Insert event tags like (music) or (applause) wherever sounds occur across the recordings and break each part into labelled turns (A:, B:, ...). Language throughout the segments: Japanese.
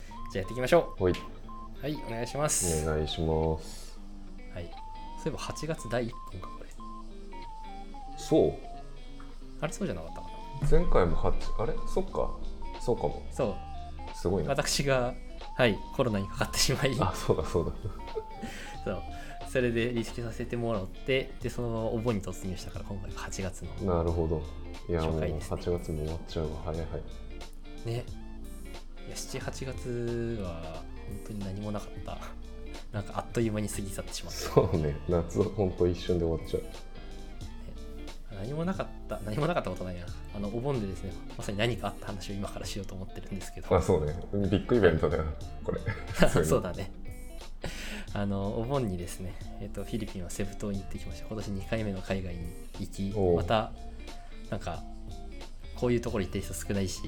A: じゃあやっていきましょ
B: はい、
A: う。はい、お願いします。
B: お願いします。
A: はい。そういえば8月第1本か、これ。
B: そう
A: あれそうじゃなかったかな。
B: 前回も8、あれそっか。そうかも。
A: そう。
B: すごいな。
A: 私が、はい、コロナにかかってしまい、
B: あ、そうだそうだ。
A: (laughs) そう。それでリスケさせてもらって、で、そのままお盆に突入したから、今回が8月の。
B: なるほど。いや、も
A: 初
B: う
A: 回
B: 8
A: ですね
B: 月も終わっちゃうわ。早い早い。
A: ね。いや、7、8月は、本当に何もなかった。 (laughs) なんかあっという間に過ぎ去ってしまっ
B: そうね。夏はほんと一瞬で終わっちゃう。
A: た。何もなかった、何もなかったことないな。あの、お盆でですね、まさに何かあった話を今からしようと思ってるんですけど。
B: あ、そうね。ビッグイベントだよ、これ。
A: あ (laughs) そうだね。あのお盆にですね、えっとフィリピンはセブ島に行ってきました。今年2回目の海外に行き、
B: おう
A: またなんかこういうところ行ってる人少ないし、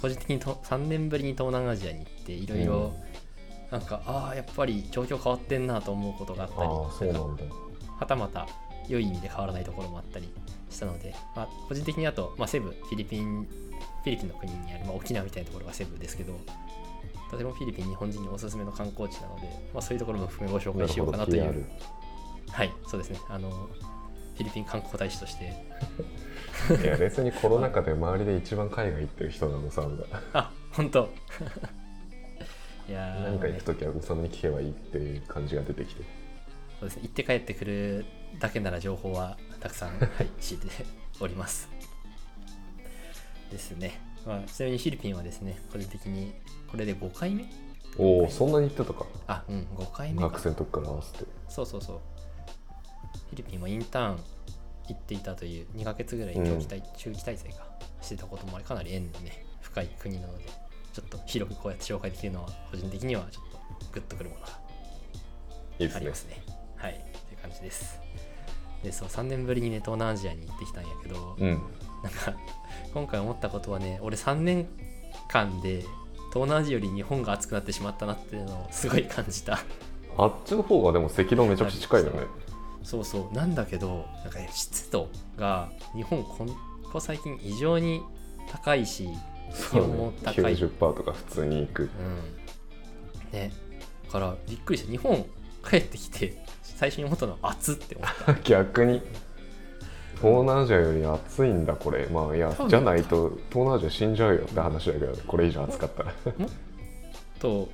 A: 個人的にと3年ぶりに東南アジアに行っていろいろなんかああやっぱり状況変わってんなと思うことがあっ
B: ああ、
A: た
B: そう
A: り、
B: な
A: なんか
B: んだ。
A: はたまた良い意味で変わらないところもあったりしたので、まあ、個人的にあと、まあ、セブフィリピンフィリピンの国にある、まあ、沖縄みたいなところがセブですけどとてもフィリピン日本人におすすめの観光地なので、まあ、そういうところも含めご紹介
B: なる
A: しよ
B: ほ
A: うかな
B: ど、
A: という
B: PR。
A: はいそうですねあのフィリピン観光大使として
B: いや、別にコロナ禍で周りで一番海外行ってる人なのさ、俺
A: あ本当 (laughs) いやー
B: 何か
A: も
B: 行く
A: うね
B: ときはおさむに聞けばいいっていう感じが出てきて。
A: そうですね行って帰ってくるだけなら情報はたくさん、 (laughs) はい、敷いております。ですね。まあ、ちなみにフィリピンはですね、個人的にこれで5回目
B: おお、そんなに行ってたか。
A: あ、うん、5回目
B: 学
A: か。
B: 生の時から合わせて。
A: そうそうそう。フィリピンはインターン行っていたという2ヶ月ぐらい長期滞、中期滞在かしてたこともあり、かなり縁のね、深い国なので、ちょっと広くこうやって紹介できるのは、個人的にはちょっとグッとくるものが
B: いい
A: あ
B: です
A: り
B: ね
A: ま。すね。はい、という感じです。で、そう、3年ぶりにね、東南アジアに行ってきたんやけど、
B: うん。
A: なんか、今回思ったことはね、俺3年間で、東南アジアより日本が熱くなってしまったなっていうのをすごい感じた。
B: あっちの方がでも赤道めちゃくちゃ近いよね。
A: そうそう、なんだけど、なんかね、湿度が日本こん、ここ最近異常に高いし、気
B: そう
A: 温も
B: ね。
A: 高い。
B: 90%とか普通に行く。 (laughs)
A: うん。ね、だからびっくりした。日本帰ってきて、最初に思ったのは暑って思った。
B: 逆に東南アジアより暑いんだこれ。まあいや
A: 多分
B: じゃないと東南アジア死んじゃうよって話だけど、これ以上暑かった (laughs) ら。
A: と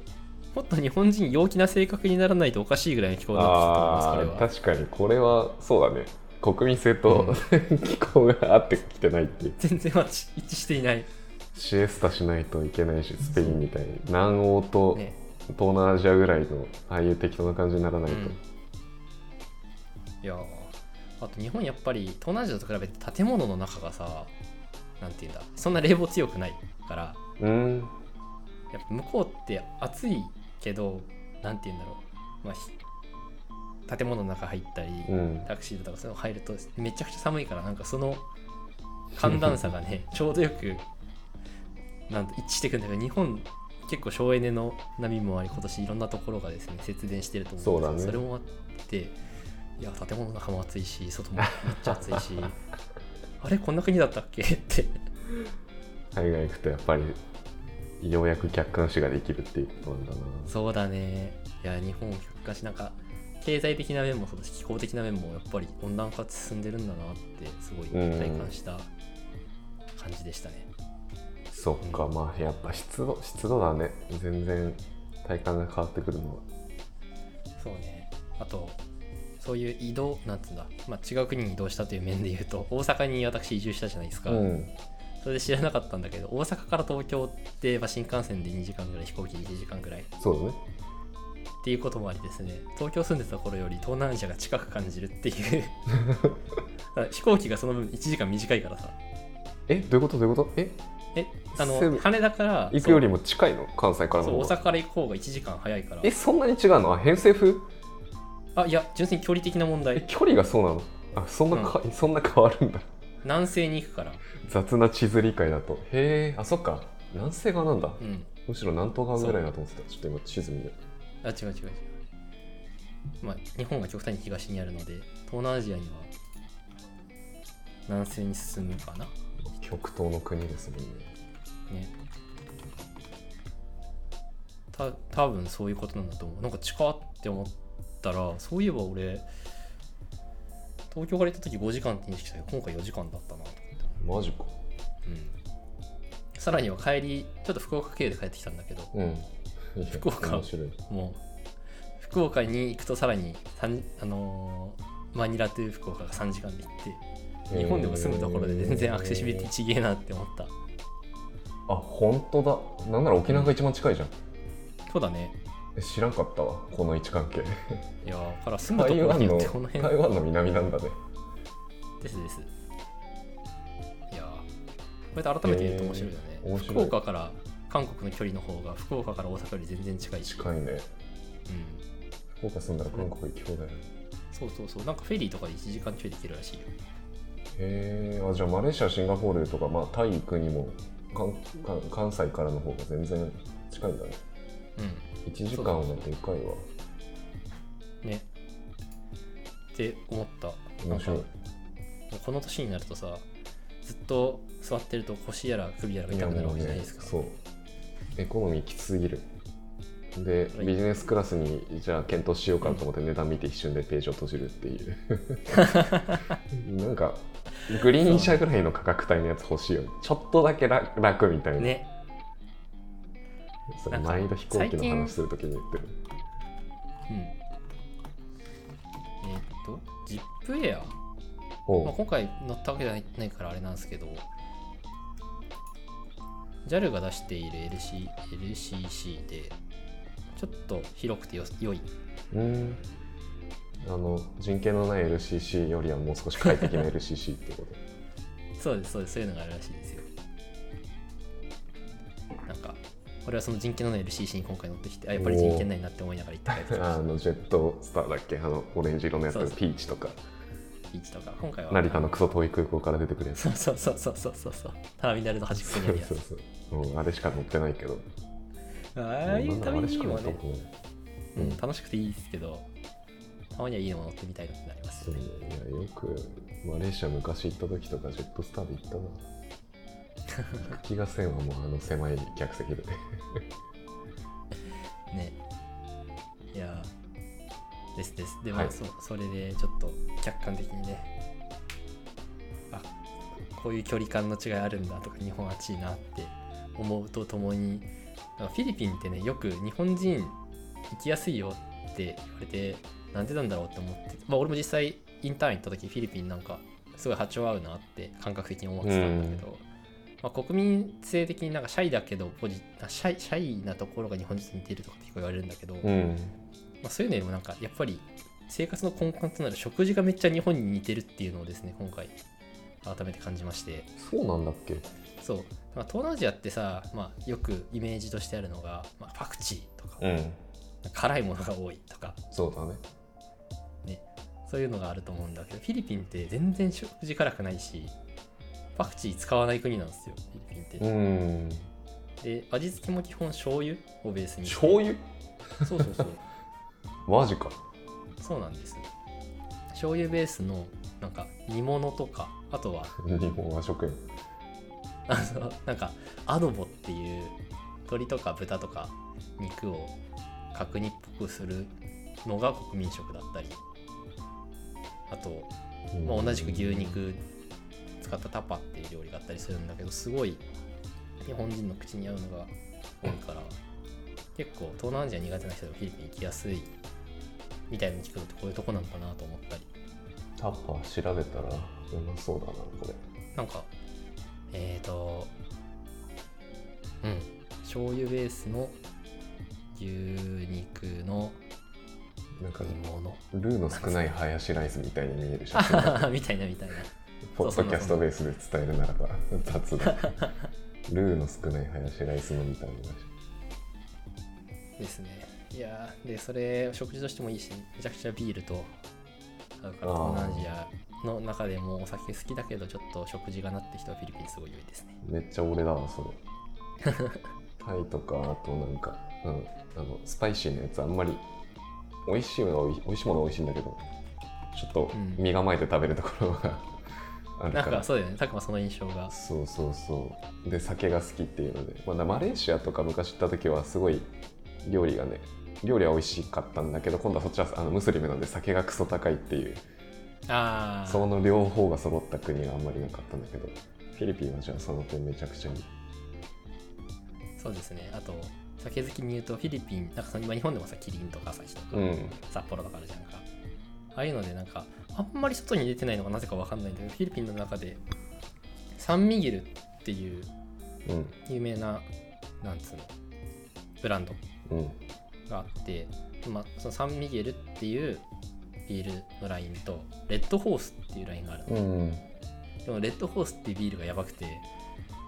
A: もっと日本人陽気な性格にならないとおかしいぐらいの気候だった
B: あ
A: と思い
B: あ
A: ますこ
B: 確かにこれはそうだね。国民性と、 (laughs) 気候が合ってきてないってい
A: れ
B: う。
A: は全然マッチ一致していない
B: シエスタしないといけないしスペインみたいに南欧と
A: ね
B: 東南アジアぐらいのああいう適当な感じにならないと。
A: うんいやーあと日本やっぱり東南アジアと比べて建物の中がさなんていうんだそんな冷房強くないから
B: うん
A: やっぱ向こうって暑いけどなんていうんだろう、まあひ、建物の中入ったり、
B: うん
A: タクシーとかそういうの入るとめちゃくちゃ寒いからなんかその寒暖差が
B: (laughs)
A: ねちょうどよくなんと一致してくるんだけど日本結構省エネの波もあり今年いろんなところがですね節電してると思うんですけど
B: そ
A: それもあっていや建物の中も暑いし外もめっちゃ暑い
B: (laughs)
A: しあれこんな国だったっけって
B: 海外行くとやっぱりようやく客観視ができるっていうことなんだな
A: そうだねいや日本を客観視なんか経済的な面もそうだし気候的な面もやっぱり温暖化進んでるんだなってすごい体感した感じでしたね、
B: そっかまあやっぱ湿度湿度だね全然体感が変わってくるのは
A: そうねあとそういう移動なんつうんだ、まあ、違う国に移動したという面で言うと大阪に私移住したじゃないですか、
B: うん
A: それで知らなかったんだけど大阪から東京って、まあ、新幹線で2時間ぐらい飛行機で1時間ぐらい
B: そうだね
A: っていうこともありですね東京住んでた頃より東南アジアが近く感じるっていう
B: (laughs)
A: ただ飛行機がその分1時間短いからさ
B: えどういうことどういうことえ
A: えあ
B: セブ
A: の
B: ン
A: 羽田から
B: 行くよりも近いの関西から
A: そう
B: の
A: そう大
B: 方が
A: 阪から行く方が1時間早いから
B: えそんなに違うのあ偏西風
A: あいや純粋に距離的な問
B: え
A: 題
B: 距離がそうなのあそんなか、そんな変わるんだ
A: 南西に行くから
B: 雑な地図理解だとへえあそっか南西側なんだ、
A: うん
B: むしろ南東側ぐらいだと思ってたちょっと今地図見る
A: あ違う違う違うまあ日本が極端に東にあるので東南アジアには南西に進むかな
B: 極東の国ですもんね
A: ね。た多分そういうことなんだと思うなんか近っって思ったらそういえば俺東京から行った時5時間って認識したけど今回4時間だったなと思って
B: マジか
A: うんさらには帰りちょっと福岡経由で帰ってきたんだけど
B: うん
A: 福岡
B: 面白い
A: もう福岡に行くとさらにさんあのーマニラと福岡が3時間で行って日本でも住むところで全然アクセシビリティちげえなって思った
B: あ本当だなんなら沖縄が一番近いじゃん
A: そうだね
B: え知らんかったわこの位置
A: (laughs)
B: 関係
A: いやーから住むとこ
B: 台
A: ろによっ
B: 湾の
A: てこの辺
B: 台湾の南なんだね
A: ですですいやーこうやって改めて言うと面白いよね、
B: えー面白い
A: 福岡から韓国の距離の方が福岡から大阪より全然近いし、うん、
B: 近いね福岡住んだら韓国行き放題だね
A: そうそうそうなんかフェリーとかで1時間ちょいで行けるらしいよ
B: へえあじゃあマレーシアシンガポールとか、まあ、タイ行くにも関関関西からの方が全然近いんだね
A: う
B: 1時間はでかいわ
A: んねって思った
B: 面白い
A: なんかこの年になるとさずっと座ってると腰やら首やらが痛くなるわけじゃないですか、
B: そうエコノミーきつすぎるで
A: はい
B: ビジネスクラスにじゃあ検討しようかなと思って値段見て一瞬でページ落としるっていう
A: (laughs)
B: なんかグリーン車ぐらいの価格帯のやつ欲しいよねちょっとだけ楽楽みたいな、
A: ね
B: それ
A: なんか
B: 毎度飛行機
A: 最
B: の
A: 近
B: 話するときに言ってる
A: うんえーっとジップエア
B: お
A: まあ、
B: う
A: 今回乗ったわけじゃないないからあれなんですけど JAL が出している LC LCC でちょっと広くてよ良い
B: うんあの人権のない LCC よりはもう少し快適な LCC って
A: (laughs)
B: こと
A: そうですそうですそういうのがあるらしいですよなんか俺はその人権のない LCC に今回乗ってきてあやっぱり人権ないなって思いながら行って帰ってきま
B: あ
A: し
B: のジェットスターだっけあのオレンジ色のやつ
A: そうそう
B: ピーチとか
A: たビーチとか今回は
B: 成田のクソ遠い空港から出てくるやつ
A: そうそうそうそうそうそうそうターミナルの端っこ
B: そ
A: にある (laughs)
B: う
A: や
B: そ
A: つ
B: うそう、うん、あれしか乗ってないけど
A: ああいうため
B: あれ
A: に
B: しか乗
A: も
B: った
A: ね
B: ことない
A: うん
B: うん
A: 楽しくていいですけどたまにはいいのも乗ってみたいなってなります
B: そう
A: ね
B: いやよくマレーシア昔行った時とかジェットスターで行ったな気がせんはもうあの狭い客席でね
A: ねいやーですですで
B: は
A: まあ
B: い
A: そそれでちょっと客観的にねあこういう距離感の違いあるんだとか日本暑いなって思うとともになんかフィリピンってねよく日本人行きやすいよって言われてなんでなんだろうって思って、まあ、俺も実際インターン行った時フィリピンなんかすごい波長合うなって感覚的に思ってたんだけど、まあ、国民性的になんかシャイだけどポジあシャイシャイなところが日本人と似てるとかって結構言われるんだけど、ま
B: ん
A: あ、そういうのよりもなんかやっぱり生活の根幹となる食事がめっちゃ日本に似てるっていうのをですね今回改めて感じまして
B: そうなんだっけ
A: そう、まあ、東南アジアってさ、まあ、よくイメージとしてあるのが、まあ、パクチーとか、
B: うん
A: 辛いものが多いとか
B: そうだね
A: そういうのがあると思うんだけどフィリピンって全然食事辛くないしパクチー使わない国なんですよフィリピンって。
B: うん
A: で味付けも基本醤油をベースにして
B: 醤油
A: そうそうそう
B: マジか
A: そうなんです醤油ベースのなんか煮物とかあとは (laughs)
B: 日本和食園
A: あのなんかアドボっていう鶏とか豚とか肉を角煮っぽくするのが国民食だったりあと、まあ、同じく牛肉使ったタパっていう料理があったりするんだけどすごい日本人の口に合うのが多いから結構東南アジア苦手な人でもフィリピン行きやすいみたいなの聞くのってこういうとこなんだなと思ったり
B: タッパー調べたらうまそうだなこれ
A: なんかえーとうん醤油ベースの牛肉の
B: なんか
A: 煮物
B: ルーの少ないハヤシライスみたいに見える写真だ
A: みたいなみたいな
B: ポッドキャストベースで伝えるならば
A: (laughs)
B: 雑だルーの少ないハヤシライスのみたいな
A: ですねいやーでそれ食事としてもいいしめちゃくちゃビールと合うから
B: あー
A: 東南アジアの中でもお酒好きだけどちょっと食事がなって人はフィリピンすごい良いですね
B: めっちゃ俺だわそれタイとかあとなんか、うん、あのスパイシーなやつあんまり美味しいものはおい美味しいものは美味しいんだけどちょっと
A: うん
B: 身構えて食べるとこ
A: (laughs)
B: ろがある
A: な
B: か
A: ん
B: ら
A: かそうだよねたくまその印象が
B: そうそうそうで酒が好きっていうので、まあ、マレーシアとか昔行った時はすごい料理がね料理は美味しかったんだけど今度はそっちはあのムスリムなんで酒がクソ高いっていう
A: ああ
B: その両方が揃った国があんまりなかったんだけどフィリピンはじゃあその点めちゃくちゃに
A: そうですねあと酒好きに言うとフィリピンなんかその今日本でもさキリンとか朝日とか、
B: うん
A: 札幌とかあるじゃんかああいうのでなんかあんまり外に出てないのがなぜかわかんないんだけどフィリピンの中でサンミゲルっていう
B: うん
A: 有名ななんつうのブランド
B: うん
A: があって、まあ、そのサンミゲルっていうビールのラインとレッドホースっていうラインがあるの、
B: うん
A: でもレッドホースっていうビールがやばくて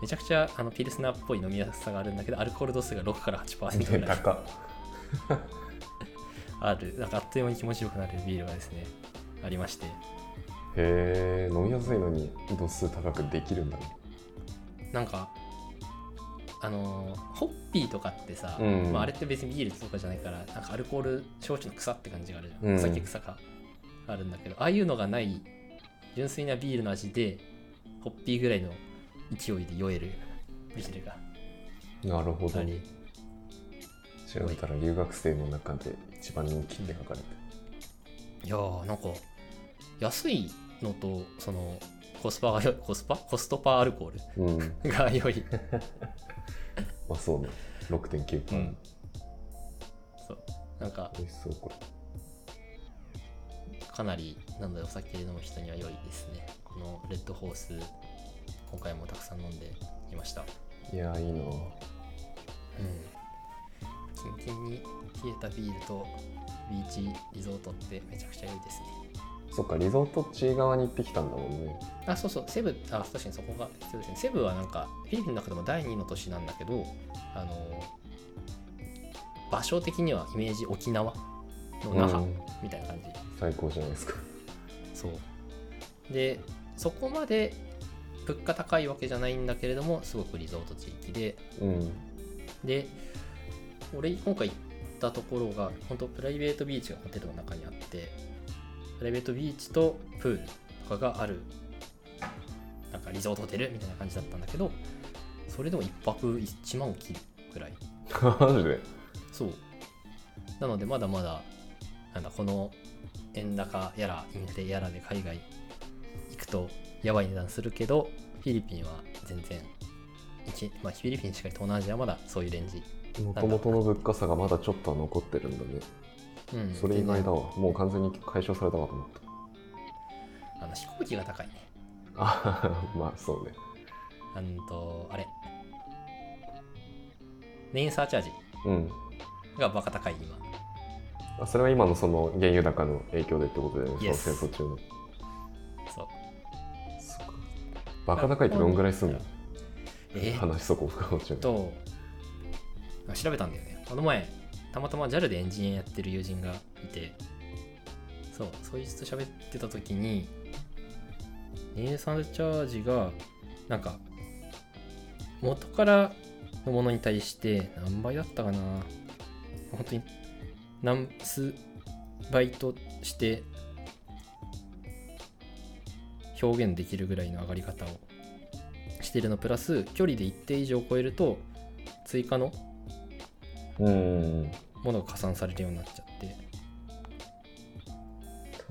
A: めちゃくちゃあのピルスナーっぽい飲みやすさがあるんだけどアルコール度数が6から8%ぐらい
B: 高っ
A: あるなんかあっという間に気持ちよくなるビールがですねありまして
B: へえ飲みやすいのに度数高くできるんだね
A: なんかあのーホッピーとかってさ、
B: うん
A: まあ、あれって別にビールとかじゃないからなんかアルコール焼酎の草って感じがあるじゃん、
B: うん
A: さっき草があるんだけどああいうのがない純粋なビールの味でホッピーぐらいの勢いで酔えるビールが
B: なるほ
A: あ
B: ど
A: り
B: 調べたら留学生の中で一番人気って書かれて
A: いやーなんか安いのとそのコスパが良いコスパコストパーアルコー
B: るうん
A: ルが良い
B: まあそうね6.9%、
A: う
B: うんん、
A: そうなんか
B: 美味しそうこれ
A: かなりなんだろうお酒飲む人には良いですねこのレッドホース今回もたくさん飲んでいましたうん
B: いやーいいな
A: キンキンに冷えたビールとビーチリゾートってめちゃくちゃ良いですね
B: そっかリゾート地側に行ってきたんだもんね
A: あそうそうセブあ確かにそこが必要ですねセブはなんかフィリピンの中でも第2の都市なんだけどあの場所的にはイメージ沖縄の那覇
B: うん
A: みたいな感じ、
B: 最高じゃないですか
A: そうでそこまで物価高いわけじゃないんだけれどもすごくリゾート地域で
B: うん
A: で俺今回行ったところが本当プライベートビーチがホテルの中にあってプライベートビーチとプールとかがあるなんかリゾートホテルみたいな感じだったんだけどそれでも1泊1万を切るくらい
B: (laughs) マジで
A: そうなのでまだまだなんだこの円高やらインフレやらで海外行くとやばい値段するけどフィリピンは全然いけまあフィリピンしかり東南アジアはまだそういうレンジ、
B: もともとの物価差がまだちょっとは残ってるんだね
A: うん、
B: それ以外
A: 全
B: だ
A: 然
B: わもう完全に解消されたかと思った
A: あの飛行機が高いね
B: あまあそうね
A: あんとあれメインサーチャージ
B: うん
A: がバカ高い今
B: あそれは今のその原油高の影響でってことだよね、
A: Yes
B: その戦争中の
A: そう
B: バカ高いってどんぐらいすんの
A: えー、
B: 話そこ深落ち
A: えっと調べたんだよねこの前たまたま JAL でエンジニアやってる友人がいてそうそいつと喋ってた時に乳酸チャージがなんか元からのものに対して何倍だったかな本当に何数倍として表現できるぐらいの上がり方をしてるのプラス距離で一定以上超えると追加の
B: うん
A: ものが加算されるようになっちゃって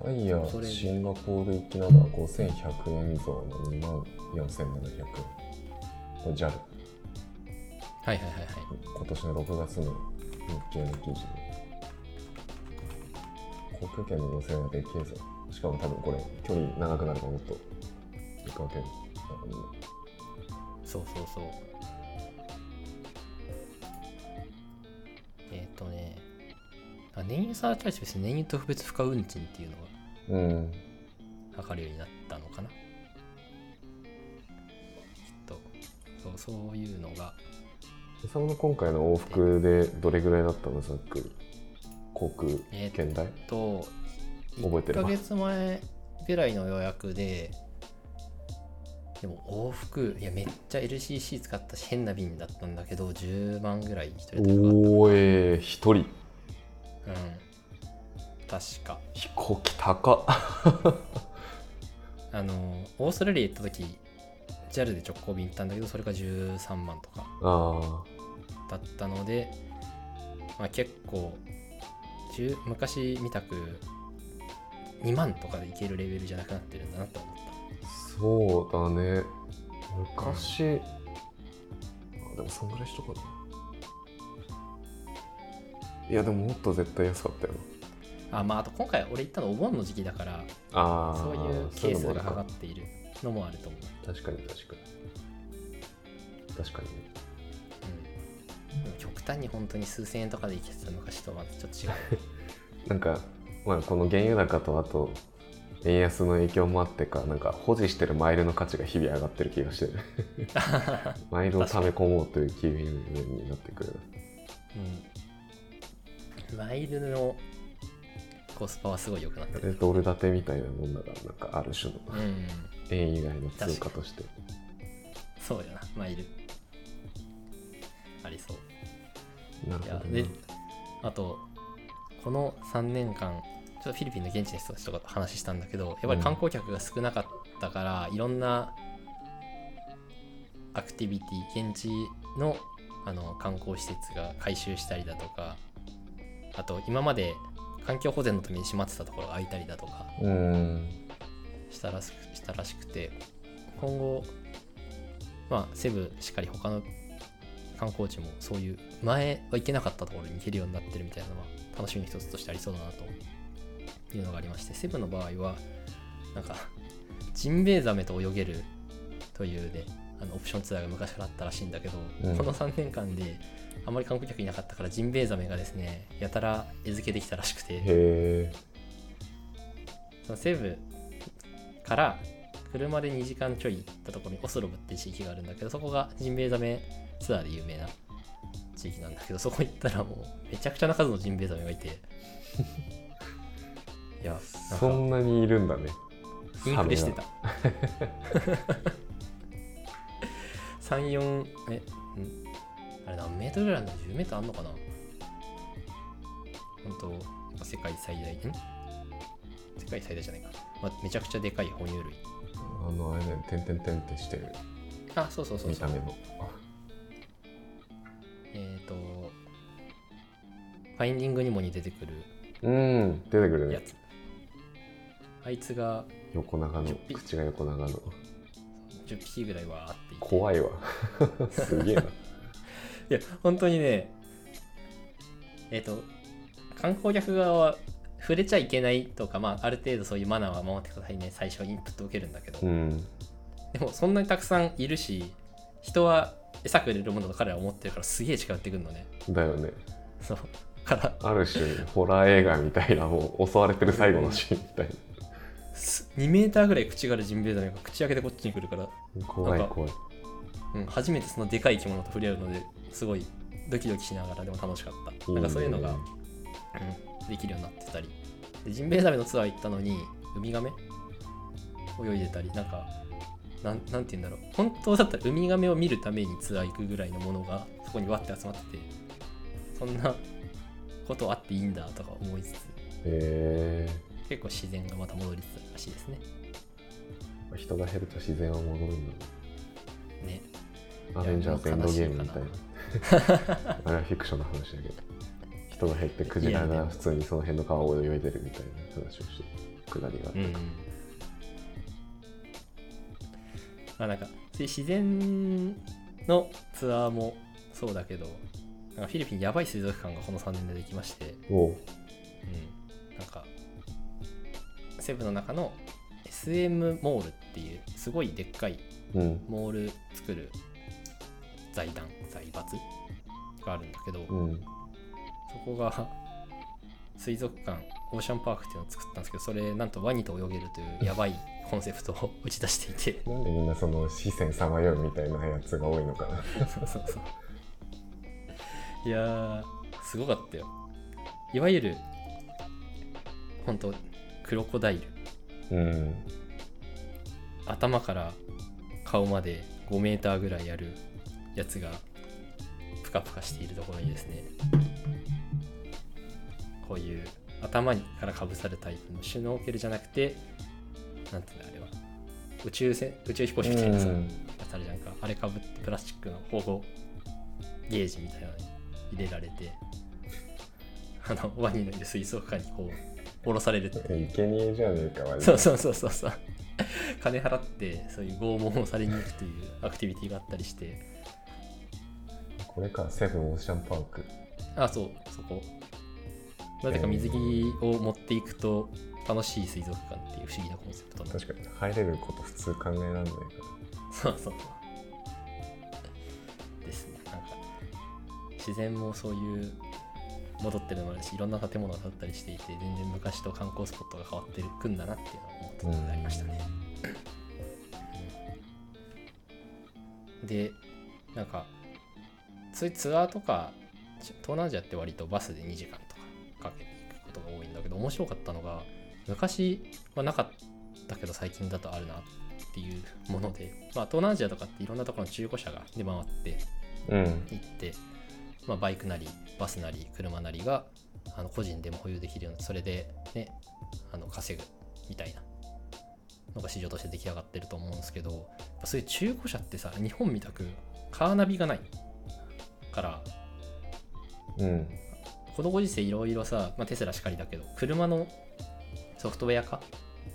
B: タイや
A: それ
B: シンガポール行きながら5100円増の2万4700円これ JAL
A: はいはいはいはい
B: 今年の6月の日経の記事で航空券の要請ができずしかも多分これ距離長くなるからもっと行くわけだからね
A: そうそうそうえっ、とねあ燃油サーチャージ別に燃油特別不可運賃っていうの
B: うん
A: が測るようになったのかなきっとそうそういうのが
B: イサムの今回の往復でどれぐらいだったのざっくり航空
A: えー
B: 券代
A: と
B: 覚え
A: 1
B: てる
A: ヶ
B: わ
A: 月前ぐらいの予約ででも往復いやめっちゃ LCC 使ったし変な便だったんだけど10万ぐらい一人でかかっ
B: おーえー、一人
A: たうん確か
B: 飛行機高っ
A: あのオーストラリア行った時 JAL で直行便行ったんだけどそれが13万とか
B: ああ
A: だったのでまあ、結構10昔見たく2万とかでいけるレベルじゃなくなってるんだなと思った
B: そうだね昔、あでもそんぐらいしとかないやでももっと絶対安かったよ
A: あまああと今回俺行ったのお盆の時期だから
B: なああ
A: そういう係数がかか
B: か
A: っているのもあると思う
B: 確かに確かに確かにね
A: うんでも極端に本当に数千円とかで行けてた昔とはちょっと違う
B: なんか、まあ、この原油高とあと円安の影響もあってかなんか保持してるマイルの価値が日々上がってる気
A: (laughs)
B: がしてるマイルを貯め込もうという気分になってくる
A: うんマイルのコスパはすごい良くなって
B: あ
A: る、
B: れドル建てみたいなもんだからなんかある種の
A: うん
B: 円以外の通貨として
A: そうやなマイルありそう
B: なる
A: い
B: ほ
A: や
B: ど
A: で
B: ね
A: あとこの3年間ちょっとフィリピンの現地の人たちとかと話したんだけどやっぱり観光客が少なかったから、いろんなアクティビティ現地のあの観光施設が改修したりだとかあと今まで環境保全のために閉まってたところが開いたりだとか
B: うん
A: したらしくしたらしくて今後まあセブしっかり他の観光地もそういう前は行けなかったところに行けるようになってるみたいなのは楽しみの一つとしてありそうだなというのがありましてセブの場合はなんかジンベエザメと泳げるというねあのオプションツアーが昔からあったらしいんだけど、
B: うん
A: この3年間であまり観光客いなかったからジンベエザメがですねやたら餌付けできたらしくて。
B: へえ
A: その西部から車で2時間ちょい行ったところにオスロブっていう地域があるんだけどそこがジンベエザメツアーで有名な地域なんだけどそこ行ったらもうめちゃくちゃな数のジンベエザメがいて (laughs) いやなん
B: そ
A: か
B: んなにいるんだね
A: インフレして
B: サ
A: た34えんあれ何メートルぐらいあるの10メートルあんのかな本当やっぱ世界最大ん世界最大じゃないか、まあ、めちゃくちゃでかい哺乳類
B: あのあれねてんてんてんってしてる
A: あそうそうそう
B: 見
A: そ
B: た
A: う
B: 目の
A: えっ、とファインディングにもに出てくる
B: うん出てくる
A: や
B: ね
A: つあいつが
B: 横長の口が横長の
A: 10匹ぐらいはあっていて
B: 怖いわ (laughs) すげえない
A: や本当にねえっ、と観光客側は触れちゃいけないとか、まあ、ある程度そういうマナーは守ってくださいね最初インプット受けるんだけど、
B: うん
A: でもそんなにたくさんいるし人は餌くれるものと彼らは思ってるからすげえ近寄ってくるのね
B: だよね
A: そうから
B: ある種ホラー映画みたいなもう襲われてる最後のシーンみたい
A: す2メーターぐらい口があるジンベエザメが口開けてこっちに来るから、
B: な怖い
A: なんか
B: 怖い
A: うん、初めてそのでかい生き物と触れ合うのですごいドキドキしながらでも楽しかったなんかそういうのが、
B: ね
A: うん、できるようになってたりでジンベエザメのツアー行ったのにウミガメ泳いでたりなんかなんなんて言うんだろう本当だったらウミガメを見るためにツアー行くぐらいのものがそこにわって集まっててそんなことあっていいんだとか思いつつ
B: へ
A: 結構自然がまた戻りつつあるらしいですね
B: え人が減ると自然は戻るんだ
A: ね
B: なアベンジャーズエンドゲームみたい
A: 悲
B: なあれはフィクションの話だけど人が減ってクジ
A: い
B: ラ
A: やで
B: が
A: も
B: 普通にその辺の川を泳いでるみたいな話をしてくだりがあって、
A: うん、まあなんかそういう自然のツアーもそうだけどなんかフィリピンやばい水族館がこの3年でできまして、
B: おう
A: うん、なんかセブの中の SM モールっていうすごいでっかい
B: うん
A: モール作る財団財閥があるんだけど、
B: うん
A: そこが水族館オーシャンパークっていうのを作ったんですけどそれなんとワニと泳げるというやばいコンセプトを (laughs) 打ち出していて
B: なんでみんなその視線さまようみたいなやつが多いのかな
A: そうそうそういやーすごかったよいわゆる本当クロコダイル
B: うん
A: 頭から顔まで5メーターぐらいあるやつがプカプカしているところにですねこういう頭からかぶさるタイプのシュノーケルじゃなくてなんていうんだあれは宇宙船宇宙飛行士みたいなさ、
B: うん
A: やつあるじゃんかあれかぶってプラスチックの保護ゲージみたいなのに入れられてあのワニのいる水槽下にこう降ろされるっていう
B: 生贄じゃねえか割
A: そうそうそうそうそう金払ってそういう拷問をされに行くというアクティビティがあったりして
B: これかセブンオーシャンパーク
A: あそうそこなぜか水着を持っていくと楽しい水族館っていう不思議なコンセプトな
B: 確かに入れること普通考えられないか
A: そうそうですねなんか自然もそういう戻ってるのもあるしいろんな建物だったりしていて全然昔と観光スポットが変わってくんだなっていうのを思ったことになりましたね、でなんかそういうツアーとかち東南アジアって割とバスで2時間とかかけていくことが多いんだけど面白かったのが昔はなかったけど最近だとあるなっていうもので、まあ、東南アジアとかっていろんなところの中古車が出回って
B: らうん
A: 行って、まあ、バイクなりバスなり車なりがあの個人でも保有できるようなそれで、ね、あの稼ぐみたいなのが市場として出来上がってると思うんですけどやっぱそういう中古車ってさ日本みたくカーナビがないから
B: うん
A: このご時世いろいろさ、まあ、テスラしかりだけど車のソフトウェア化あ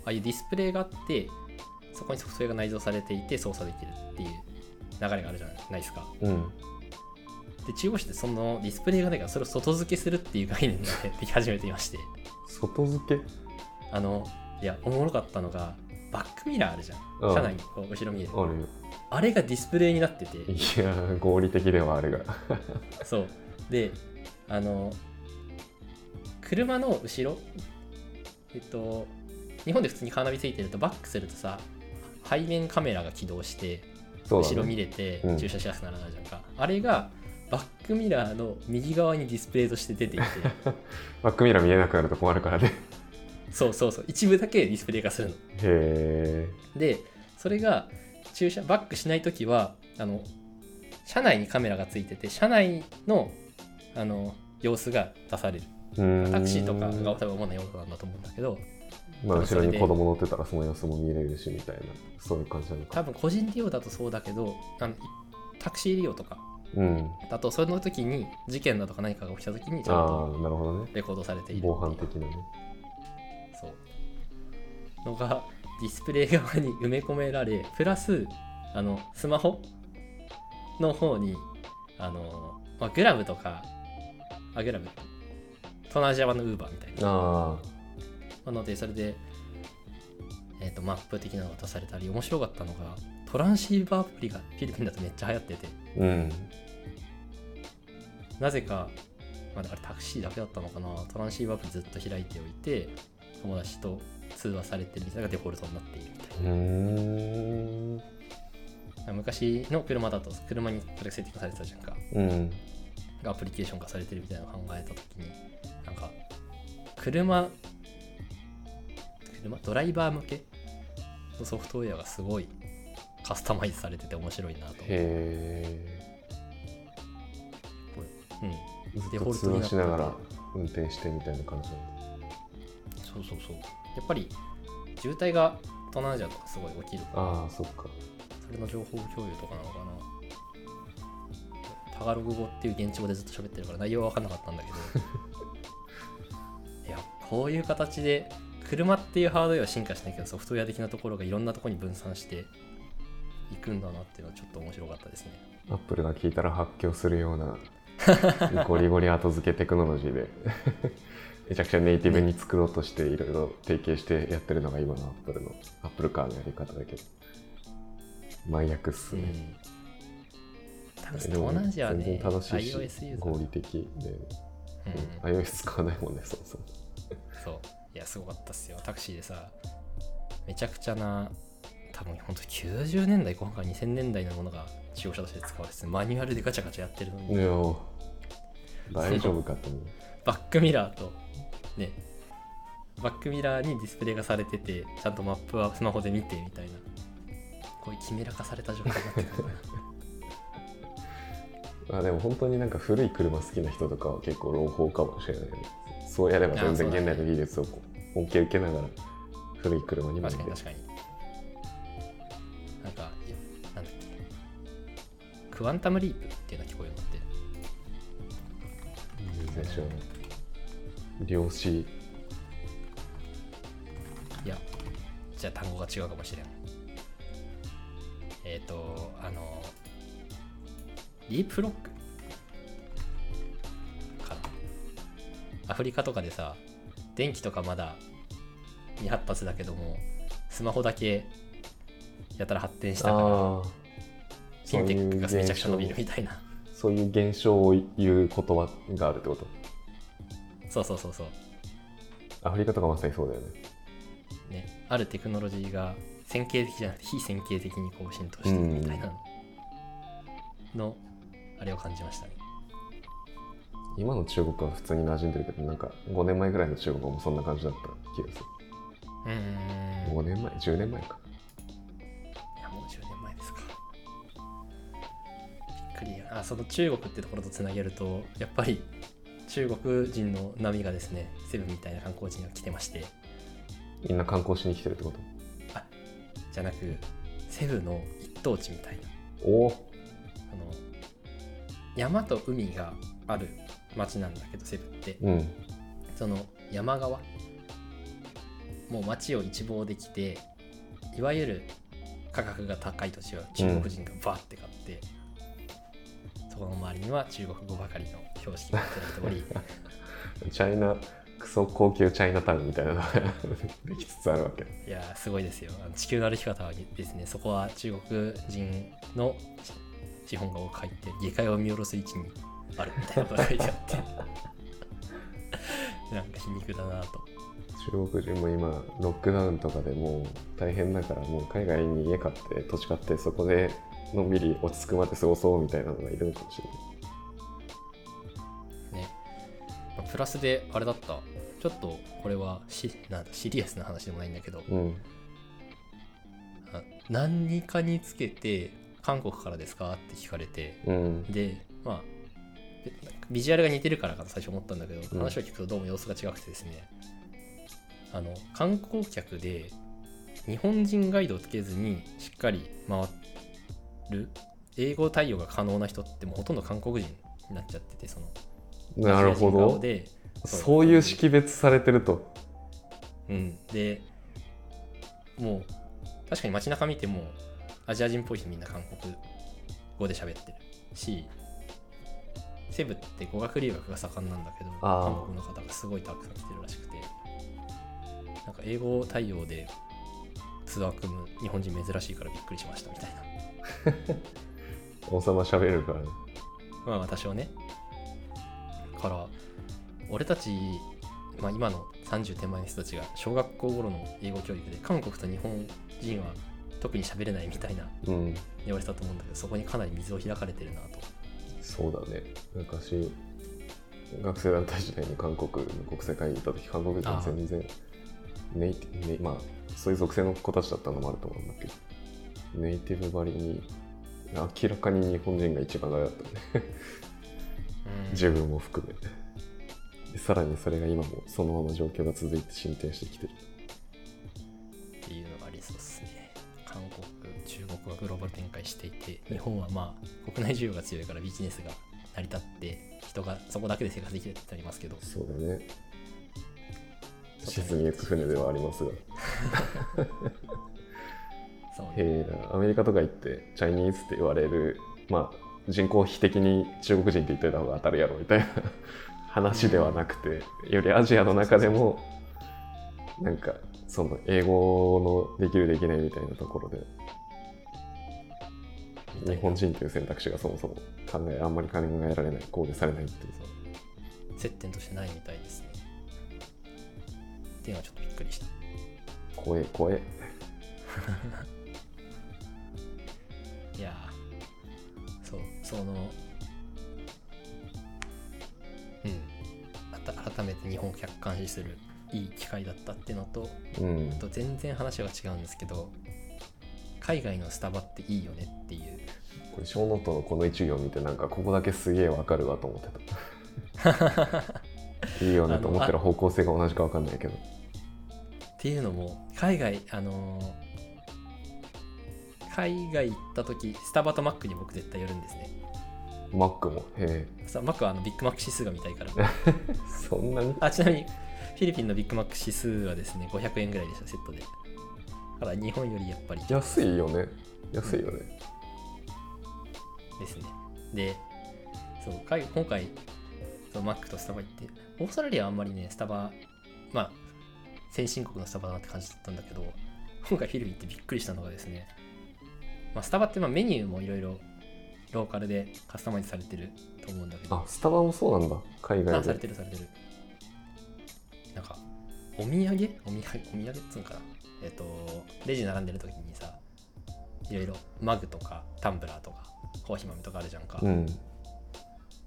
A: あいうディスプレイがあってそこにソフトウェアが内蔵されていて操作できるっていう流れがあるじゃないですか。
B: うん
A: で中腰ってそのディスプレイがないからそれを外付けするっていう概念がねでき始めていまして
B: 外付け
A: あのいやおもろかったのがバックミラーあるじゃ
B: うん
A: ん車内にこう後ろ見える
B: あるよ
A: あれがディスプレイになってて
B: いやー合理的ではあるが
A: そうであの車の後ろえっと日本で普通にカーナビついてるとバックするとさ背面カメラが起動して
B: そうだ、
A: 後ろ見
B: ね、
A: れて
B: うん
A: 駐車しやすくならないじゃんか、あれがバックミラーの右側にディスプレイとして出ていて
B: バックミラー見えなくなると困るからね
A: そうそうそう一部だけディスプレイ化するの
B: へ
A: でそれが駐車バックしない時はあの車内にカメラがついてて車内のあの様子が出される
B: え
A: タクシーとかが
B: が
A: 多分主な用途なんだと思うんだけど
B: まあ後ろに子供乗ってたらその様子も見れるしみたいなそういう感じなの
A: 多
B: か
A: 分個人利用だとそうだけどあのタクシー利用とか
B: うん
A: だとその時に事件だとか何かが起きた時にちゃん
B: あ
A: と
B: あなるほどね
A: レコードされているっていう
B: 防犯的なね
A: そうのがディスプレイ側に埋め込められプラスあのスマホの方にあの、まあ、グラムとかあグラム東南アジア版のウーバーみたいなな
B: あ
A: のでそれで、えー、とマップ的なのが出されたり面白かったのがトランシーバーアプリがフィリピンだとめっちゃ流行ってて
B: あうん
A: なぜか、まあ、あれタクシーだけだったのかなトランシーバーアプリずっと開いておいて友達と通話されてるみたいなのがデフォルトになっているみたいな
B: うーん
A: 昔の車だと車にそれが設定化されてたじゃんか
B: うん
A: アプリケーション化されてるみたいなのを考えた時になんか車車ドライバー向けのソフトウェアがすごいカスタマイズされてて面白いなと、
B: へえ
A: うん、
B: ず
A: デ
B: っ
A: フォ
B: と
A: ル
B: 通
A: トになって
B: 話
A: て
B: しながら運転してみたいな感じなんだ
A: そうそうそうやっぱり渋滞が東南アジアとかすごい起きるから
B: ああそっか
A: それの情報共有とかなのかなタガログ語っていう現地語でずっと喋ってるから内容は分かんなかったんだ
B: (laughs)
A: けどいやこういう形で車っていうハードウェアは進化しないけどソフトウェア的なところがいろんなところに分散していくんだなっていうのはちょっと面白かったですね
B: アップルが聞いたら発狂するような (laughs) ゴリゴリ後付けテクノロジーで (laughs) めちゃくちゃネイティブに作ろうとしていろいろ提携してやってるのが今のアップルのアップルカーのやり方だけど真逆っす
A: う
B: ね、
A: ん多分
B: で
A: 東
B: も
A: 南アジアは
B: 全然
A: ね
B: 正しいし
A: iOS ユーザー、う
B: 合
A: ん
B: 理的で、うん iOS 使わないもんねそうそう
A: そういやすごかったっすよタクシーでさめちゃくちゃな多分ほんと90年代後半から2000年代のものが使用者として使われててマニュアルでガチャガチャやってるのに、
B: いや大丈夫かと思う
A: バックミラーとねバックミラーにディスプレイがされててちゃんとマップはスマホで見てみたいなこういうキメラ化された状態にな (laughs) ってるんだな
B: あでも本当になんか古い車好きな人とかは結構朗報かもしれないねそうやれば全然
A: あそう
B: 現
A: だね
B: 代の技術をこう恩恵受けながら古い車にも
A: 確かに
B: ね
A: 確かになんかいやなんだっけクワンタムリープっていうのは聞こえるのって
B: 全然知らない量子
A: いやじゃあ単語が違うかもしれんえっ、とあのディープロックかなアフリカとかでさ電気とかまだ未発達だけどもスマホだけやたら発展したから
B: ああ
A: フィンテックがめちゃくちゃ伸びるみたいな
B: そういう現象を言う言葉があるってこと
A: そうそうそうそう
B: アフリカとかまさにそうだよね
A: ね、あるテクノロジーが線形的じゃなくて非線形的にこう浸透していくみたいなの、あれを感じましたね。
B: 今の中国は普通に馴染んでるけどなんか5年前ぐらいの中国もそんな感じだった気がする
A: うーん。
B: 5年前10年前か
A: いやもう10年前ですか。びっくりや。あ、その中国ってところとつなげると、やっぱり中国人の波がですね、セブンみたいな観光地には来てまして、
B: みんな観光しに来てるってこ
A: じゃなく、セブの一等地みたいな。
B: とおお
A: あの山と海がある町なんだけど、セブって。
B: うん
A: その山側もう街を一望できていわゆる価格が高い土地は中国人がバーって買って、そこの周りには中国語ばかりの標識が立てられて
B: チャイナクソ高級チャイナタウンみたいなのが (laughs) できつつあるわけ
A: おりいやーすごいですよあの地球の歩き方はですねそこは中国人の資本が多く入って下界を見下ろす位置にあるみたいなことが書いてあってなんか皮肉だなと
B: 中国人も今ロックダウンとかでもう大変だからもう海外に家買って土地買ってそこでのんびり落ち着くまで過ごそうみたいなのがいるのかもしれない
A: ね、まあプラスであれだったちょっとこれはシなんだシリアスな話でもないんだけど
B: うん
A: あ何にかにつけて韓国からですかって聞かれて
B: うん
A: でまあでビジュアルが似てるからかと最初思ったんだけど
B: ん
A: 話を聞くとどうも様子が違くてですね、あの観光客で日本人ガイドをつけずにしっかり回る英語対応が可能な人ってもうほとんど韓国人になっちゃっててその
B: な
A: ア
B: るほ
A: ジア人顔
B: ど
A: で
B: そういう識別されてると
A: うん、でもう確かに街中見てもアジア人っぽい人みんな韓国語で喋ってるしセブって語学留学が盛んなんだけど
B: あー
A: 韓国の方がすごいたくさん来てるらしくてなんか英語対応でツアー組む日本人珍しいからびっくりしましたみたいな
B: 王様喋るからね
A: まあ私はねから俺たち、まあ、今の30手前の人たちが小学校頃の英語教育で韓国と日本人は特に喋れないみたいな
B: うん
A: 言われてたと思うんだけどそこにかなり水を開かれてるなと
B: そうだね昔学生団体時代に韓国の国際会議に行った時韓国人
A: ああ
B: 全然ネイティブネイまあそういう属性の子たちだったのもあると思うんだけどネイティブばりに明らかに日本人が一番上だったね (laughs) 自分も含めでさらにそれが今もそのまま状況が続いて進展してきてる
A: っていうのがありそうですね韓国中国はグローバル展開していて日本はまあ国内需要が強いからビジネスが成り立って人がそこだけで生活できるってなりますけど
B: そうだね沈みゆく船ではありますが
A: そうね
B: えーアメリカとか行ってチャイニーズって言われる、まあ、人口比的に中国人って言っといた方が当たるやろみたいな話ではなくてよりアジアの中でもなんかその英語のできるできないみたいなところで日本人という選択肢がそもそも考えあんまり考えられない考慮されないっていうさ
A: 接点としてないみたいですね。っていうのはちょっとびっくりした。
B: 怖え怖え
A: いやーそう、その、うん、また改めて日本を客観視するいい機会だったってのと、
B: うん
A: あと全然話が違うんですけど、海外のスタバっていいよねっていう。
B: これ小ノートのこの一行見てなんかここだけすげえわかるわと思って
A: (laughs)
B: たいいよねと思ってる方向性が同じかわかんないけど
A: っていうのも海外あのー海外行った時スタバとマックに僕絶対寄るんですね
B: マックもへ
A: さマックはあのビッグマック指数が見たいから
B: えそんなに
A: あちなみにフィリピンのビッグマック指数はですね500円ぐらいでしたセットでだから日本よりやっぱり
B: 安いよね安いよね、
A: ですねでそう海今回そうマックとスタバ行ってオーストラリアはあんまりねスタバまあ先進国のスタバだなって感じだったんだけど今回フィリピン行ってびっくりしたのがですね、まあ、スタバってまあメニューもいろいろローカルでカスタマイズされてると思うんだけど
B: あスタバもそうなんだ海
A: あ
B: 外
A: され
B: で
A: てるされてるなんかお土産お土産お土産っつうんかなえっ、とレジ並んでる時にさいろいろマグとかタンブラーとかコーヒー豆とかあるじゃんか、
B: うん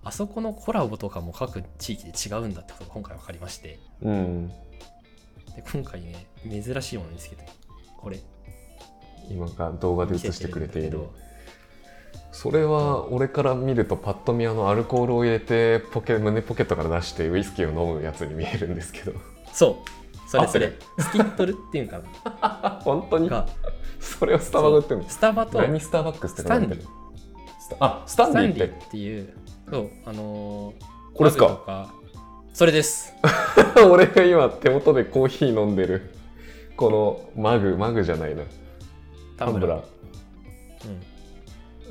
A: あそこのコラボとかも各地域で違うんだってことが今回分かりまして
B: うん
A: で今回ね珍しいもの見つけてこれ
B: 今が動画で
A: 見
B: 映
A: せ
B: して
A: て
B: く
A: る
B: れ
A: んだ
B: て
A: け
B: いる
A: ど
B: それは俺から見るとパッと見あのアルコールを入れてポケ胸ポケットから出してウイスキーを飲むやつに見えるんですけど
A: そうそれそ
B: 合
A: れ
B: って
A: スキットルっていうんか
B: あ本当
A: な
B: に
A: が
B: それをスタバが売ってるの
A: スタバと
B: 何スターバックスって書いてあるスタあスタン
A: スタ
B: デ
A: ン
B: ィ
A: リ
B: ーっ
A: ー
B: て
A: っていうそうあのー
B: これですか
A: マグとそれです
B: (laughs) 俺が今手元でコーヒー飲んでるこのマグマグじゃないな
A: タ
B: タ
A: ン
B: ン
A: ブ
B: ブ
A: ラ
B: ラ
A: ー
B: ー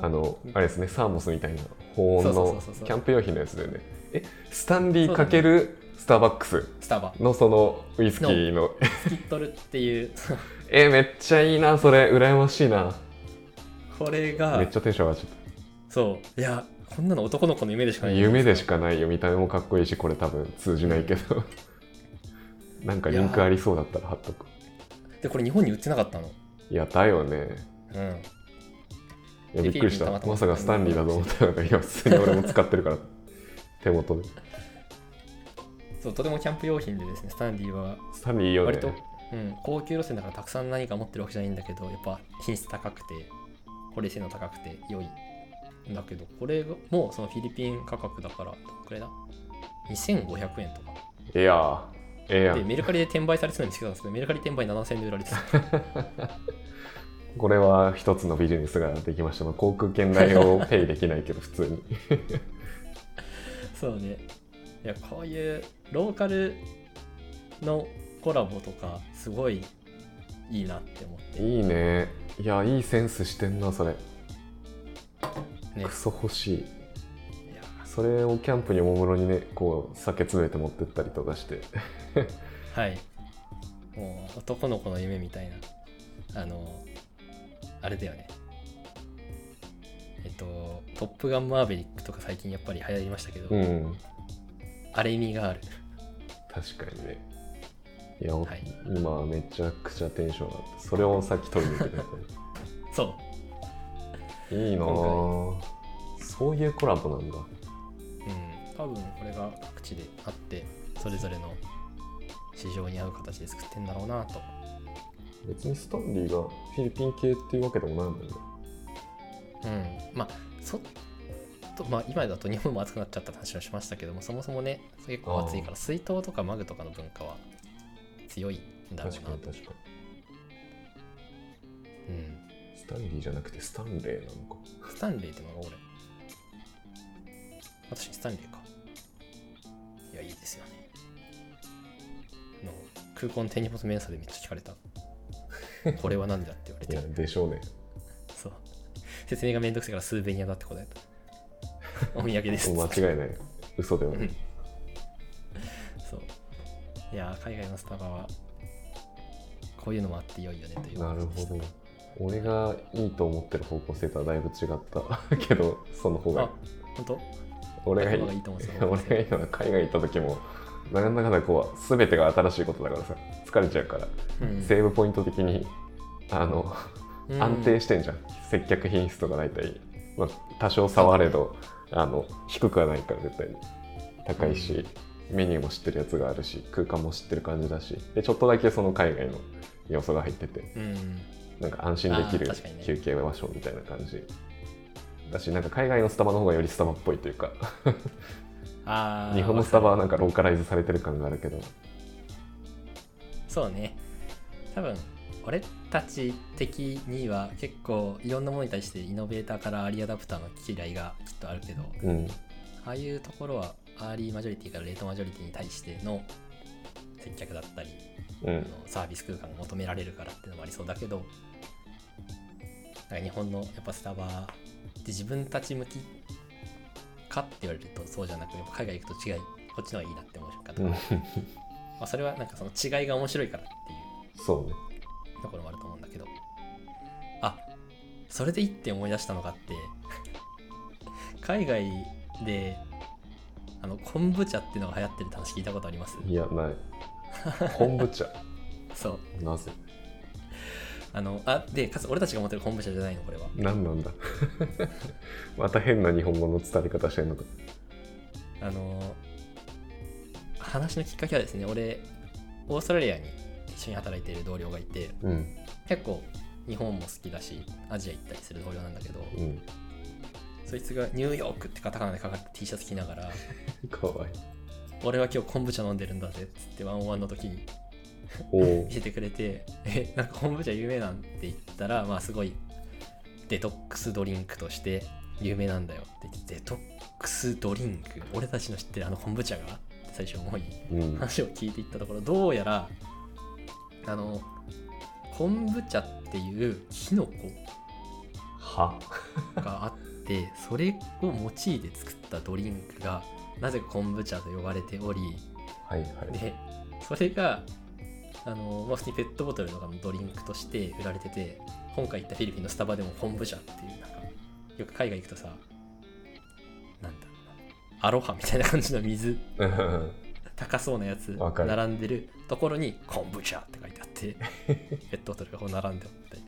A: うん
B: あのあれですねサーモスみたいな保温
A: そうそう
B: の
A: そうそう
B: キャンプ用品のやつだよねえスタンディーかけるスターバックス
A: スタバ
B: のそのウイスキーの
A: スキットルっていう (laughs)
B: えめっちゃいいなそれ羨ましいな
A: これ
B: め
A: が
B: っちゃテンション上がっちゃっ
A: そういやこんなの男の子の夢でしか
B: た
A: ない
B: 夢でし
A: か
B: かないよ見た目もかっこいいしこれ多分通じないけ
A: (laughs)
B: どなんかリンクありそうだったら貼っとく
A: でこれ日本に売ってなかったの
B: いやだよね
A: うん
B: いやび
A: フィリ
B: っくりした
A: ピンにたまたま
B: まさかスタンリーだと思ったのが今普通に俺も使ってるから手元で
A: そうとてもキャンプ用品でですねスタンディは
B: スタンリーいいよ
A: 割
B: ね
A: と、うん、高級路線だからたくさん何か持ってるわけじゃないんだけどやっぱ品質高くてこれ性能高くて良いんだけどこれもそのフィリピン価格だからどんくらいだ2500円とか
B: いやええや
A: で
B: ん
A: メルカリで転売されてたの見つけたんですけどメルカリ転売7000円で売られてた
B: (laughs) これは一つのビジネスができました、まあ、航空券代をペイできないけど普通に
A: そうねいやこういうローカルのコラボとかすごい (laughs) いいなって思って
B: いいねいやいいセンスしてんなそれ
A: ね
B: クソ欲しい
A: いや
B: それをキャンプにおもむろにねこう酒詰めて持ってったりとかして
A: はい。もう男の子の夢みたいな。あの、あれだよね。えっと、トップガンマーベリックとか最近やっぱり流行りましたけど、
B: うん
A: あれ意味がある。
B: 確かにねいや、お
A: はい
B: 今めちゃくちゃテンション上がってそれをさっき取りに行ってください
A: そ
B: いいな
A: 今
B: ぁそういうコラボなんだ
A: う。うん。多分これが各地であって、それぞれの市場に合う形で作ってんだろうなと。
B: 別にスタンリーがフィリピン系っていうわけでもないもんね
A: うん。まあ、そとまあ、今だと日本も暑くなっちゃったって話をしましたけども、そもそもね、結構暑いから、水筒とかマグとかの文化は強いんだろう
B: 確
A: な
B: かに
A: と。
B: 確か
A: うん。
B: にスタンリーじゃなくてスタンレーなのか
A: スタンレーってのが俺。私、スタンレーか。いや、いいですよね。あの空港の手荷物検査でめっちゃ聞かれた。これは何だって言われ
B: いや
A: て。
B: でしょうね
A: そう。説明がめんどくさいからスーベニアだって答え
B: (laughs)
A: た。お土産です。
B: もう間違いない嘘ではない
A: そう。いやー、海外のスタバは、こういうのもあって良いよねという
B: なる
A: ことでし
B: ほ
A: た
B: ど俺がいいと思ってる方向性とはだいぶ違った (laughs) けどその方が
A: あ、本当
B: 俺がいい
A: 頭がいいと思うんですよ
B: (laughs) 俺がいいのは海外行った時もなんだかんだこう全てが新しいことだからさ疲れちゃうから、
A: うん
B: セーブポイント的にあの
A: うん
B: 安定してんじゃん、接客品質とか大体、まあ、多少差はあれどあの低くはないから絶対に高いし、メニューも知ってるやつがあるし空間も知ってる感じだしでちょっとだけその海外の要素が入ってて
A: うん。
B: なんか安心できる
A: あー確かにね
B: 休憩場所みたいな感じだしなんか海外のスタバの方がよりスタバっぽいというか (laughs)
A: あー
B: 日本のスタバはなんかローカライズされてる感があるけど
A: そうね。多分俺たち的には結構いろんなものに対してイノベーターからアーリーアダプターの嫌いがきっとあるけど
B: うん
A: ああいうところはアーリーマジョリティからレートマジョリティに対しての接客だったり、
B: う
A: あ
B: ん
A: のサービス空間が求められるからっていうのもありそうだけどなんか日本のやっぱスタバって自分たち向きかって言われるとそうじゃなくやっぱ海外行くと違いこっちの方がいいなって思う瞬間と
B: う
A: か、
B: ん (laughs)
A: まあ、それはなんかその違いが面白いからっていう
B: そうね
A: ところもあると思うんだけどあそれでいいって思い出したのがあって (laughs) 海外であの昆布茶っていうのが流行ってるって話聞いたことあります
B: いや
A: (laughs)
B: ない昆布茶
A: そう
B: なぜ
A: あのあでかつ俺たちが持ってる昆布茶じゃないのこれは
B: 何なんだ (laughs) また変な日本語の伝わり方してんのか
A: あの話のきっかけはですね俺オーストラリアに一緒に働いている同僚がいて
B: うん
A: 結構日本も好きだしアジア行ったりする同僚なんだけど
B: うん
A: そいつがニューヨークってカタカナで書かれた T シャツ着ながら
B: かわいい
A: 俺は今日昆布茶飲んでるんだぜっつってワンオンワンの時に
B: おお (laughs)
A: 見せてくれて「えなんか昆布茶有名なん?」って言ったらまあすごいデトックスドリンクとして有名なんだよって言ってデトックスドリンク俺たちの知ってるあの昆布茶がって最初思い
B: うん
A: 話を聞いていったところどうやらあの昆布茶っていうキノコ
B: は
A: があってそれを用いて作ったドリンクがなぜか昆布茶と呼ばれており
B: はい (laughs) はい
A: でそれがあの、まあ、普通にペットボトルとかのドリンクとして売られてて今回行ったフィリピンのスタバでも昆布茶っていうなんかよく海外行くとさなんだろうなアロハみたいな感じの水
B: うん
A: 高そうなやつ
B: わかる
A: 並んでるところに昆布茶って書いてあって
B: (laughs)
A: ペットボトルがこう並んでおって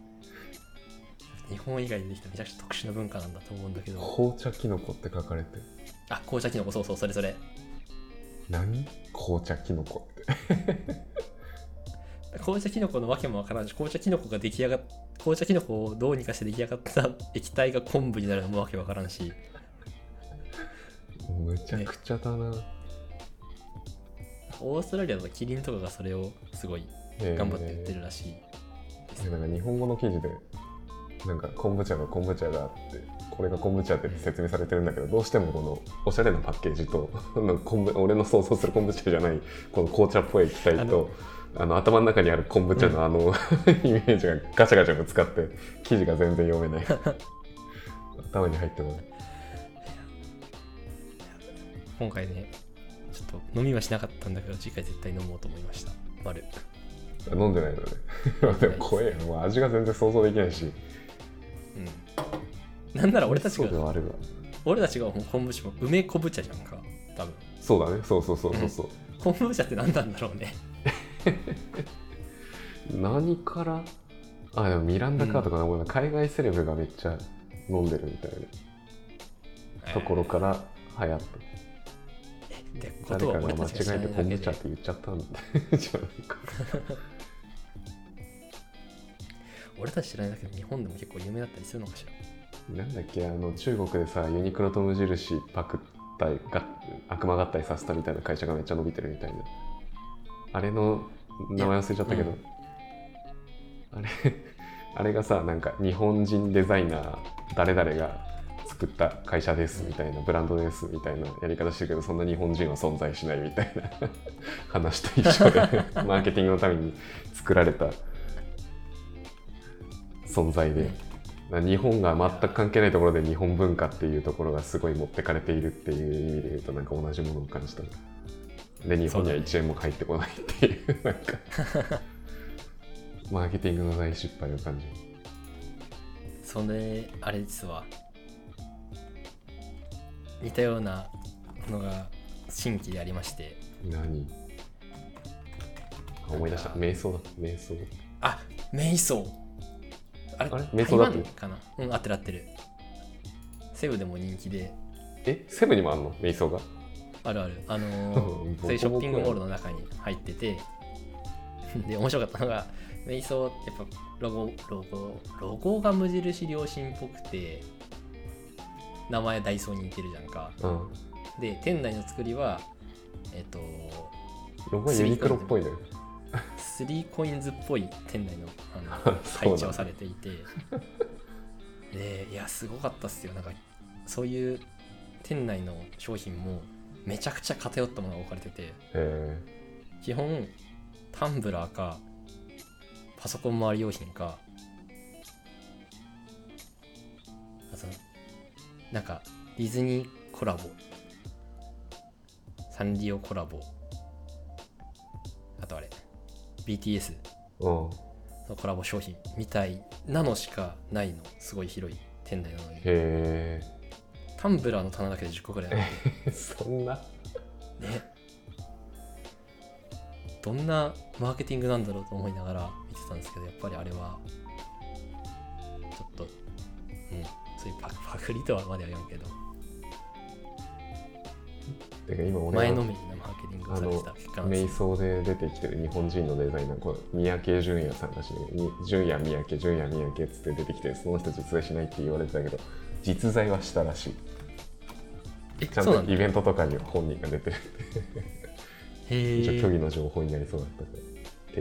A: 日本以外でできためちゃくちゃ特殊な文化なんだと思うんだけど
B: 紅茶キノコって書かれてる
A: あ紅茶キノコそうそうそれそれ
B: 何紅茶キノコって
A: 紅茶キノコのわけもわからんし紅茶キノコが出来上がっ紅茶キノコをどうにかして出来上がった液体が昆布になるのもわけわからんし
B: むちゃくちゃだな、
A: オーストラリアのキリンとかがそれをすごい
B: えー
A: 頑張って売ってるらしい、
B: いやなんか日本語の記事でなんか昆布茶の昆布茶があってこれが昆布茶って説明されてるんだけどどうしてもこのおしゃれなパッケージと (laughs) なんか昆布俺の想像する昆布茶じゃないこの紅茶っぽい液体とあの頭の中にある昆布茶のあの、 (laughs) イメージがガチャガチャぶつかって記事が全然読めない頭に入ってこない
A: 今回ねちょっと飲みはしなかったんだけど次回絶対飲もうと思いました丸
B: 飲んでないのね (laughs) でも怖えよもう味が全然想像できないし
A: うんなんなら俺たち
B: そうで
A: が
B: はあるが
A: 俺たちがもう昆布茶も梅昆布茶じゃんか多分
B: そうだねそうそうそうそうそう、
A: 昆布茶って何なんだろうね
B: 何からあでもミランダカーとかな、もう海外セレブがめっちゃ飲んでるみたいなところから流行った
A: ってこと
B: 誰
A: は
B: か
A: 俺
B: が間
A: た
B: 違
A: ちが知ら
B: え
A: な
B: て
A: いだ
B: 昆
A: け
B: 布茶っ
A: で
B: て言っちゃったんで (laughs) じゃないか
A: 俺たち知らないだけで日本でも結構有名だったりするのかしら
B: なんだっけあの中国でさユニクロと無印パクったいが悪魔合体させたみたいな会社がめっちゃ伸びてるみたいなあれの名前忘れちゃったけど、
A: うん
B: あれ (laughs) あれがさなんか日本人デザイナー誰々が作った会社ですみたいなブランドですみたいなやり方してるけどそんな日本人は存在しないみたいな (laughs) 話と一緒でマーケティングのために作られた存在で日本が全く関係ないところで日本文化っていうところがすごい持ってかれているっていう意味で言うとなんか同じものを感じたで日本には1円も入ってこないっていうなんかマーケティングの大失敗を感じる
A: それあれ実は似たようなのが新規でありまして
B: 何あ思い出した瞑想だ瞑想
A: あ瞑想あれ
B: あれ瞑想だって
A: 台湾かなうん合ってる合ってるセブでも人気で
B: えセブンにもあんの瞑想が
A: あるあるあ
B: (laughs)
A: のーそういうショッピングモールの中に入ってて (laughs) で面白かったのが瞑想ってやっぱロゴロゴロゴが無印良心っぽくて名前ダイソーに似てるじゃんか
B: うん
A: で店内の作りはえっと (laughs)
B: ロゴはユニクロっぽいのよ
A: 3コインズっぽい店内のあの
B: (laughs) そう
A: 配
B: なんだ
A: 置をされていてでいやすごかったっすよなんかそういう店内の商品もめちゃくちゃ偏ったものが置かれてて
B: え
A: 基本タンブラーかパソコン周り用品かあとなんかディズニーコラボサンリオコラボあとあれ BTS
B: ー、うん
A: のコラボ商品みたいなのしかないのすごい広い店内なのに
B: へ
A: タンブラーの棚だけで10個ぐらいある
B: え (laughs) そんな
A: ねどんなマーケティングなんだろうと思いながら見てたんですけどやっぱりあれはちょっとうんそういうパク (laughs) パクリとはまでは言わんけど
B: てか今俺
A: 前の
B: は
A: めりなマーケティングをされてた結果なん
B: 瞑
A: です
B: 想で出てきてる日本人のデザイナーこの三宅淳也さんらしいねに淳也三宅淳也三宅っつって出てきてその人実在しないって言われてたけど実在はしたらしい
A: え
B: ちゃん
A: そうな
B: と
A: んだ
B: イ
A: へ
B: ベントとかには本人が出てる一応虚
A: え
B: 偽の情報になりそうだったから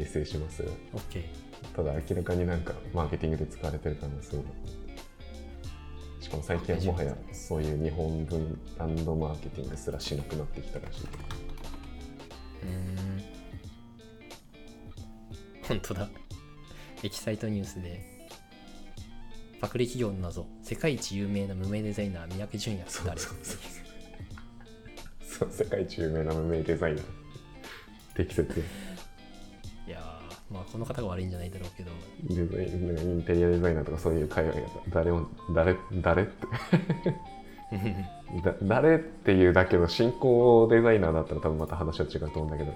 B: 訂正しますよ
A: OK
B: ただ明らかになんかマーケティングで使われてる可能性がしかも最近はもはやそういう日本文ランドマーケティングすらしなくなってきたらしいう
A: ーん (laughs) 本当だエキサイトニュースでパクリ企業の謎世界一有名な無名デザイナー三宅淳也って誰
B: そうそうそう世界一有名な無名デザイナー適切
A: いやーまあこの方が悪いんじゃないだろう
B: (laughs)
A: けど
B: デザインなんかインテリアデザイナーとかそういう界隈が誰も誰誰ってだ誰っていうだけど進行デザイナーだったら多分また話は違うと思うんだけど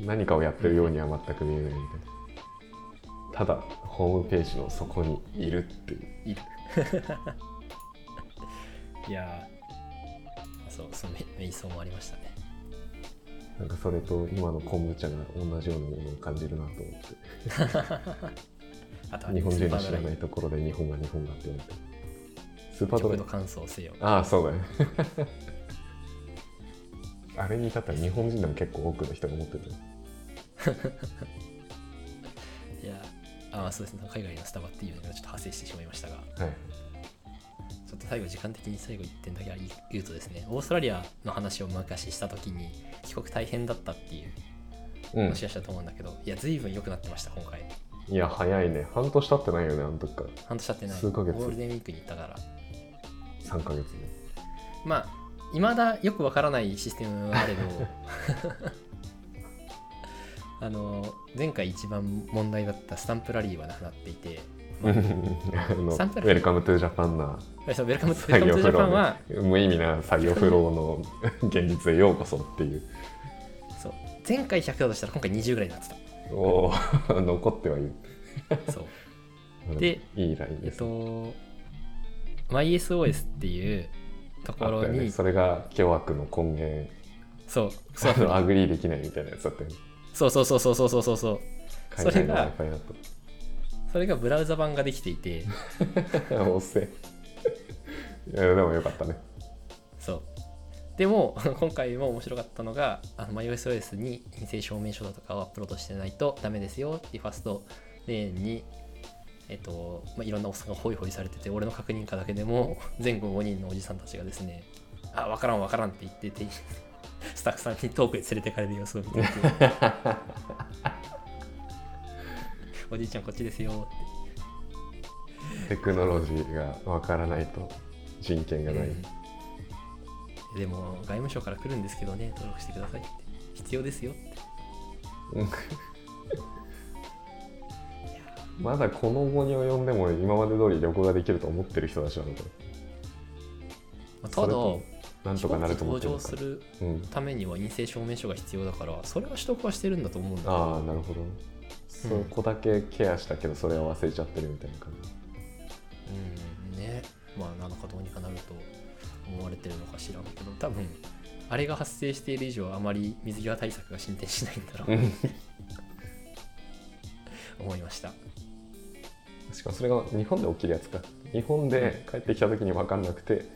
B: 何かをやってるようには全く見えないみたいなただホームページの底にいるっていう
A: いるいやーそうそうめ瞑想もありましたね
B: なんかそれと今の昆布茶が同じようなものを感じるなと思って
A: あとは
B: 日本
A: ス
B: 人
A: ーパ
B: の
A: ー
B: 知
A: ドラ
B: ら
A: イ
B: ないところで日本が日本がって言われてスーパード
A: 曲
B: ライ
A: の感想をせよ
B: ああそうだね (laughs) あれに至ったら日本人でも結構多くの人が持ってる
A: いやーあーそうですね海外のスタバっていうのがちょっと派生してしまいましたが
B: はい
A: ちょっと最後時間的に最後1点だけ言うとですねオーストラリアの話を昔した時に帰国大変だったっていう
B: うん
A: 話をしたと思うんだけど、いや随分良くなってました今回
B: いや早いね半年経ってないよねあの時から
A: 半年経ってない
B: 数ヶ月
A: ゴールデンウィークに行ったから
B: 3ヶ月ね
A: まあいまだよくわからないシステムは
B: (laughs)
A: あれどあの前回一番問題だったスタンプラリーはなくなってい
B: (laughs)
A: て、ま
B: う
A: あ
B: んあのウ
A: サンプル
B: ェルカムトゥジャパンな
A: ウェルカムトゥウェルカ
B: 採
A: ム
B: 用
A: トゥジ
B: フ
A: ャ
B: ロ
A: パンは
B: ーで無意味な採用フロー (laughs) の現実へようこそっていう
A: そう前回100だとしたら今回20ぐらいになって
B: おー残ってはいる
A: た
B: (laughs)
A: そう
B: うん
A: で
B: いいライン
A: え
B: で
A: っ
B: す、
A: と MySOS っていうとこ
B: あっ
A: ろ
B: たよ
A: に、
B: ねそれが凶悪の根源
A: そうそ
B: そううアグリーできないみたいなやつだったよね
A: そうそうそうそうそうそうそうそう
B: 海
A: それ
B: 外の
A: が
B: Wi-Fi だ
A: それがブラウザ版ができていて
B: と (laughs) おっ
A: (laughs)
B: せえいやでもよかったね
A: そうでも (laughs) 今回も面白かったのがあの MyOSOS に陰性証明書だとかをアップロードしてないとダメですよっていうファーストレーンに、えっとまあ、いろんなおっさんがホイホイされてて俺の確認かだけでも (laughs) 前後5人のおじさんたちがですね「あ分からん分からん」って言ってて (laughs) スタッフさんに遠くへ連れてかれる様子を見て (laughs) いて「おじいちゃんこっちですよ」って
B: テクノロジーがわからないと人権がない、
A: うんでも外務省から来るんですけどね登録してくださいって必要ですよって
B: うん (laughs) まだこの後に及んでも今まで通り旅行ができると思ってる人たちなのか
A: まあ
B: そ
A: た
B: れ
A: だ
B: となん
A: 飛
B: とかな
A: 行
B: る
A: 機
B: と
A: 搭
B: 思ってる
A: 乗
B: のか
A: する
B: うん、
A: ためには陰性証明書が必要だからそれは取得はしてるんだと思うんだ
B: ああなるほど、そこだけケアしたけどそれは忘れちゃってるみたいな感じ
A: うんねまあなんかどうにかなると思われてるのか知らんけど多分あれが発生している以上あまり水際対策が進展しないんだろう
B: うん
A: (laughs) 思いました
B: しかもそれが日本で起きるやつか日本で帰ってきた時に分かんなくて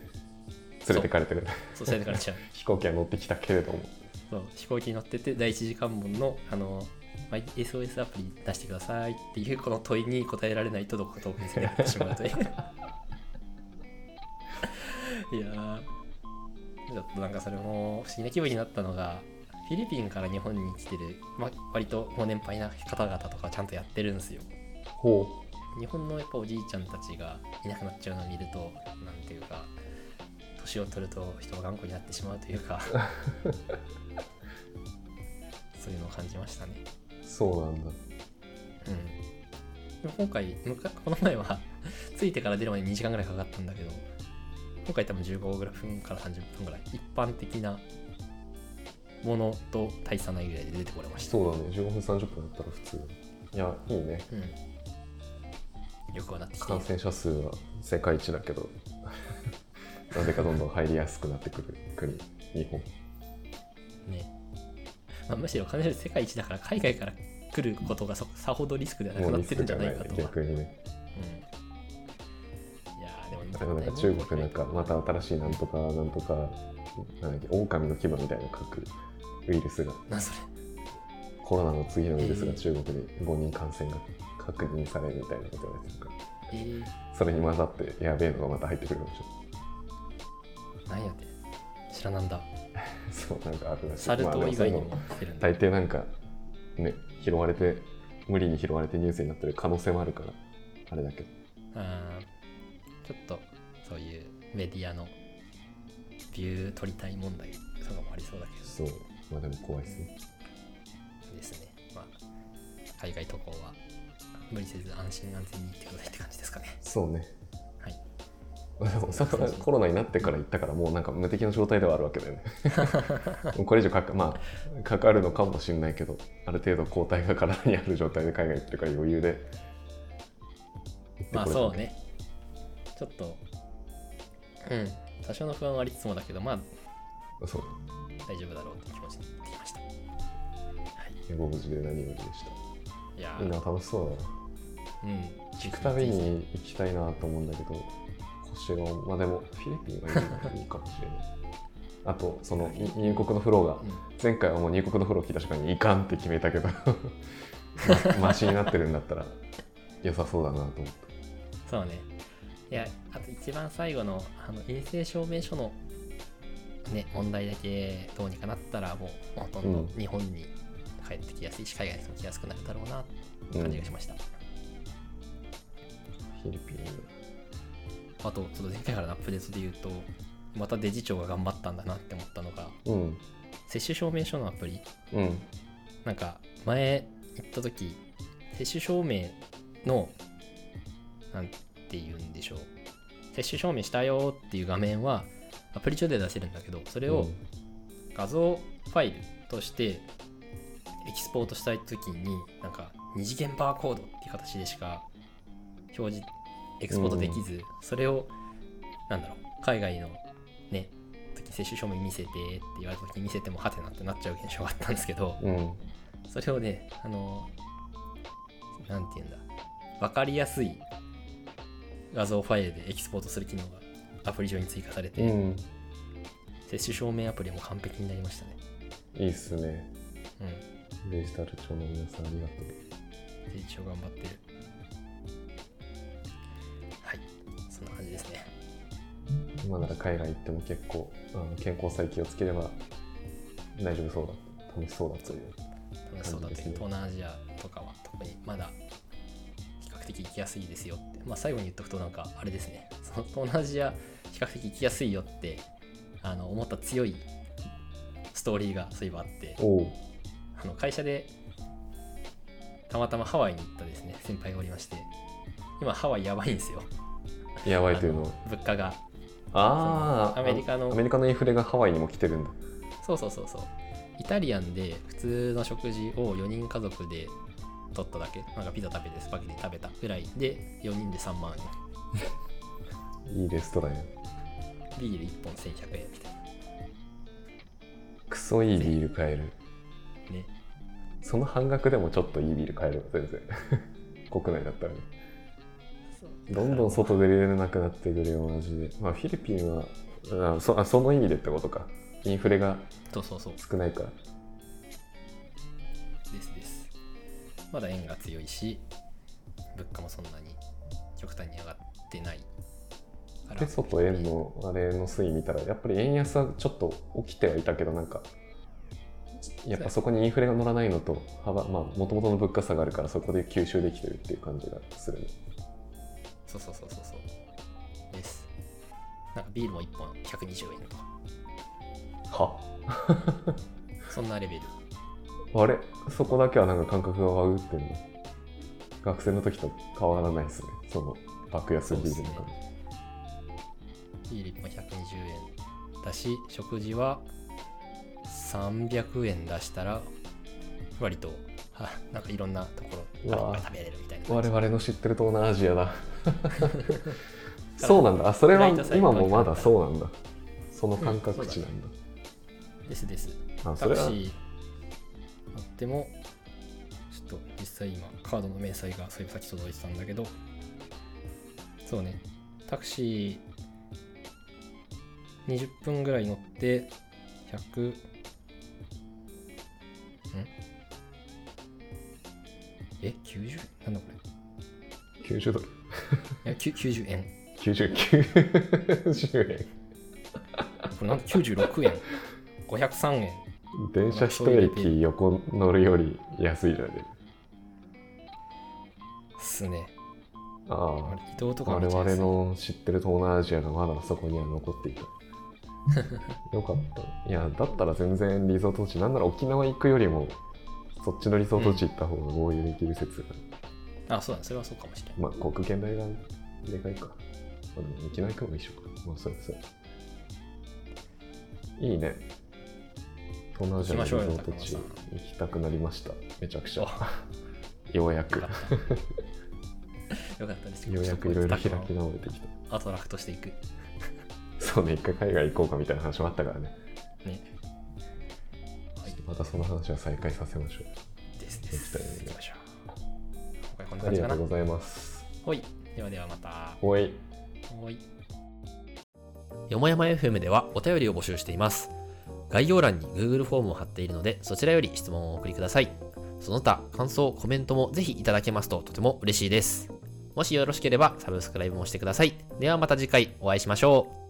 B: 連れてかれてる (laughs)
A: そうそれでからじゃあ
B: 飛行機は乗ってきたけれども
A: そう飛行機に乗ってて第一次関門のあのまあ SOS アプリ出してくださいっていうこの問いに答えられないとどことにされてしまうという (laughs) いやーちょっとなんかそれも不思議な気分になったのがフィリピンから日本に来てる、まあ、割ともう年配な方々とかちゃんとやってるんですよ
B: ほ
A: 日本のやっぱおじいちゃんたちがいなくなっちゃうのを見るとなんていうか年を取ると人は頑固になってしまうという
B: (laughs)
A: かそういうのを感じましたね
B: うそうなんだ
A: うんでも今回むかこの前は着いてから出るまで2時間ぐらいかかったんだけど今回多分15ぐらい分から30分ぐらい一般的なものと大差ないぐらいで出てこれました
B: そうだね15分30分だったら普通いやいいね
A: うんよくはなってきてい
B: 感
A: る
B: 染者数は世界一だけど (laughs) なぜかどんどん入りやすくなってくる国日本
A: ね、まあ、むしろ彼女世界一だから海外から来ることがそさほどリスクではなくなってるんじゃないかとは
B: 逆にね
A: うんいやーでも
B: だからなんか中国なんかまた新しいなんとかなんとかなんだっけ狼の牙みたいな書くウイルスが
A: なんそれ
B: コロナの次のウイルスが中国で5人感染が確認されるみたいなことが出てるから
A: えー、
B: それに混ざってやべえのがまた入ってくるかもし
A: 何やって知らなんだ
B: れないそうなんかあるらしい
A: サル
B: まあ
A: 痘
B: でも
A: 以
B: そうい
A: 外
B: う
A: に
B: の
A: も来てるんだ、
B: 大抵なんかね拾われて無理に拾われてニュースになってる可能性もあるからあれだけど
A: あーちょっとそういうメディアのビュー取りたい問題とかもありそうだけ
B: そうまあでも怖いですね
A: どですねまあ海外渡航は無理せず安心安全に行ってくださいって感じですかね
B: そうね
A: はい
B: でもさ
A: そうそうそう
B: コロナになってから行ったからもうなんか無敵の状態ではあるわけだよ
A: (laughs)
B: ねもうこれ以上かか,、まあ、かかるのかもしれないけどある程度抗体が体にある状態で海外行ってるから余裕で
A: まあ
B: 行ってこれた
A: そうねちょっとうん多少の不安はありつつもだけどまあ
B: そう
A: 大丈夫だろうって気持ちになってきました
B: いやご無事で何よりでした
A: いや
B: いいな
A: ー
B: 楽しそうだな
A: うん聞
B: 行くたびに行きたいなと思うんだけど腰がまあでもフィリピンがいいのがいいかもしれない (laughs) あとそのい入国のフローが前回はもう入国のフロー聞いた瞬間にいかんって決めたけど (laughs) まマシになってるんだったら良さそうだなと思って
A: そうね。いや、あと一番最後のあの陰性証明書の、ね、問題だけどうにかなったら、もうほとん
B: う
A: ど
B: ん
A: 日本に帰ってきやすいし、海外にも来やすくなるだろうなって感じがしました。
B: フィリピン
A: あと、ちょっと前回からのアップデートで言うと、またデジ庁が頑張ったんだなって思ったのが、
B: うん
A: 接種証明書のアプリ、
B: うん
A: なんか前行った時接種証明のなんて言うんでしょう接種証明したよっていう画面はアプリ上で出せるんだけどそれを画像ファイルとしてエキスポートしたい時になんか二次元バーコードっていう形でしか表示エクスポートできず、それをなんだろう海外のね時接種証明見せてって言われた時に見せてもハテナってなっちゃう現象があったんですけど、
B: うんうん
A: それをね、あの、なんて言うんだ、わかりやすい画像ファイルでエキスポートする機能がアプリ上に追加されて、
B: うん
A: 接種証明アプリも完璧になりましたね。
B: いいっすね
A: うん。
B: デジタル庁の皆さんありがと
A: で一応頑張ってる。はい。そんな感じですね。
B: う今なら海外行っても結構あの健康さえ気をつければ大丈夫そうだ楽しそうだという
A: 楽しそうだという、
B: そうですね
A: 東南アジアとかは特にまだ比較的行きやすいですよって、まあ、最後に言っとくとなんかあれですねその東南アジア比較的行きやすいよってあの思った強いストーリーがそういえばあって
B: おおう
A: あの会社でたまたまハワイに行ったですね先輩がおりまして今ハワイやばいんですよ
B: やばいというのは
A: 物価が
B: ああ
A: アメリカの
B: アメリカのインフレがハワイにも来てるんだ
A: そうそうそうそうイタリアンで普通の食事を4人家族で取っただけなんかピザ食べてスパゲティ食べたぐらいで4人で3万円
B: いいレストランや
A: ビール1本1100円みたい
B: クソいいビール買える
A: なね
B: その半額でもちょっといいビール買える全然 (laughs) 国内だったらねどんどん外出れなくなってくるよマジでまあフィリピンはあそあその意味でってことかインフレが
A: そうそうそう
B: 少ないから
A: ですですまだ円が強いし物価もそんなに極端に上がってないから
B: ペソと円のあれの推移見たらやっぱり円安はちょっと起きてはいたけどなんかやっぱそこにインフレが乗らないのと幅まあもともとの物価差があるからそこで吸収できてるっていう感じがするね
A: そうそうそうそうそうですなんかビールも1本120円とか
B: は
A: そんなレベル
B: あれそこだけはなんか感覚がワグってるの学生の時と変わらないですねその爆安ビールの感じ、
A: ビール1本120円だし食事は300円出したら割とはなんかいろんなところ
B: うわ
A: が食べれるみたいな
B: 我
A: 感じ
B: 々の知ってる東南アジアだ (laughs) そうなんだあそれは
A: ライトサイド
B: 今もまだそうなんだその感覚値なんだ,、
A: ですです
B: あ
A: タ
B: そ
A: ク
B: れ
A: シ
B: は
A: ーあってもちょっと実際今カードの明細がそういえばさっき届いてたんだけどそうねタクシー20分ぐらい乗って100んえ 90? なんだこ
B: 90ドル
A: れいやきゅ90円
B: 9090円
A: これなんだ96円503円
B: 電車一駅横乗るより安いじゃない
A: っすねあ
B: あ
A: れ移動と
B: あ
A: か
B: 我
A: めっちゃ
B: 々
A: 安い
B: の知ってる東南アジアがまだそこには残っていたよかったいやだったら全然リゾート地なんなら沖縄行くよりもそっちのリゾート地行った方が合流できる説が、
A: あそうだねそれはそうかもしれない
B: まあ、国権代がでかいか。まあ、でも、いきなり行くのも一緒か。まあ、そうです。いいね。東南アジアのリゾート
A: 行きまし
B: 地
A: ょうよ
B: 行きたくなりました。めちゃくちゃ
A: お。
B: ようやく、
A: よか
B: よ
A: った。よかったです。
B: うやくいろいろ開き直れてきた。
A: アトラクトしていく。
B: そうね、一回海外行こうかみたいな話もあったからね。
A: ね。はい。
B: またその話は再開させましょう。
A: ですです。
B: 行きたいね
A: 行きましょう。今回こんな
B: あ
A: 感
B: り
A: じか
B: が
A: な
B: とう。ございます。
A: はい。ではではまた。
B: おい。
A: はい。よもやま FM ではお便りを募集しています。概要欄に Google フォームを貼っているので、そちらより質問をお送りください。その他、感想、コメントもぜひいただけますととても嬉しいです。もしよろしければサブスクライブもしてください。ではまた次回お会いしましょう。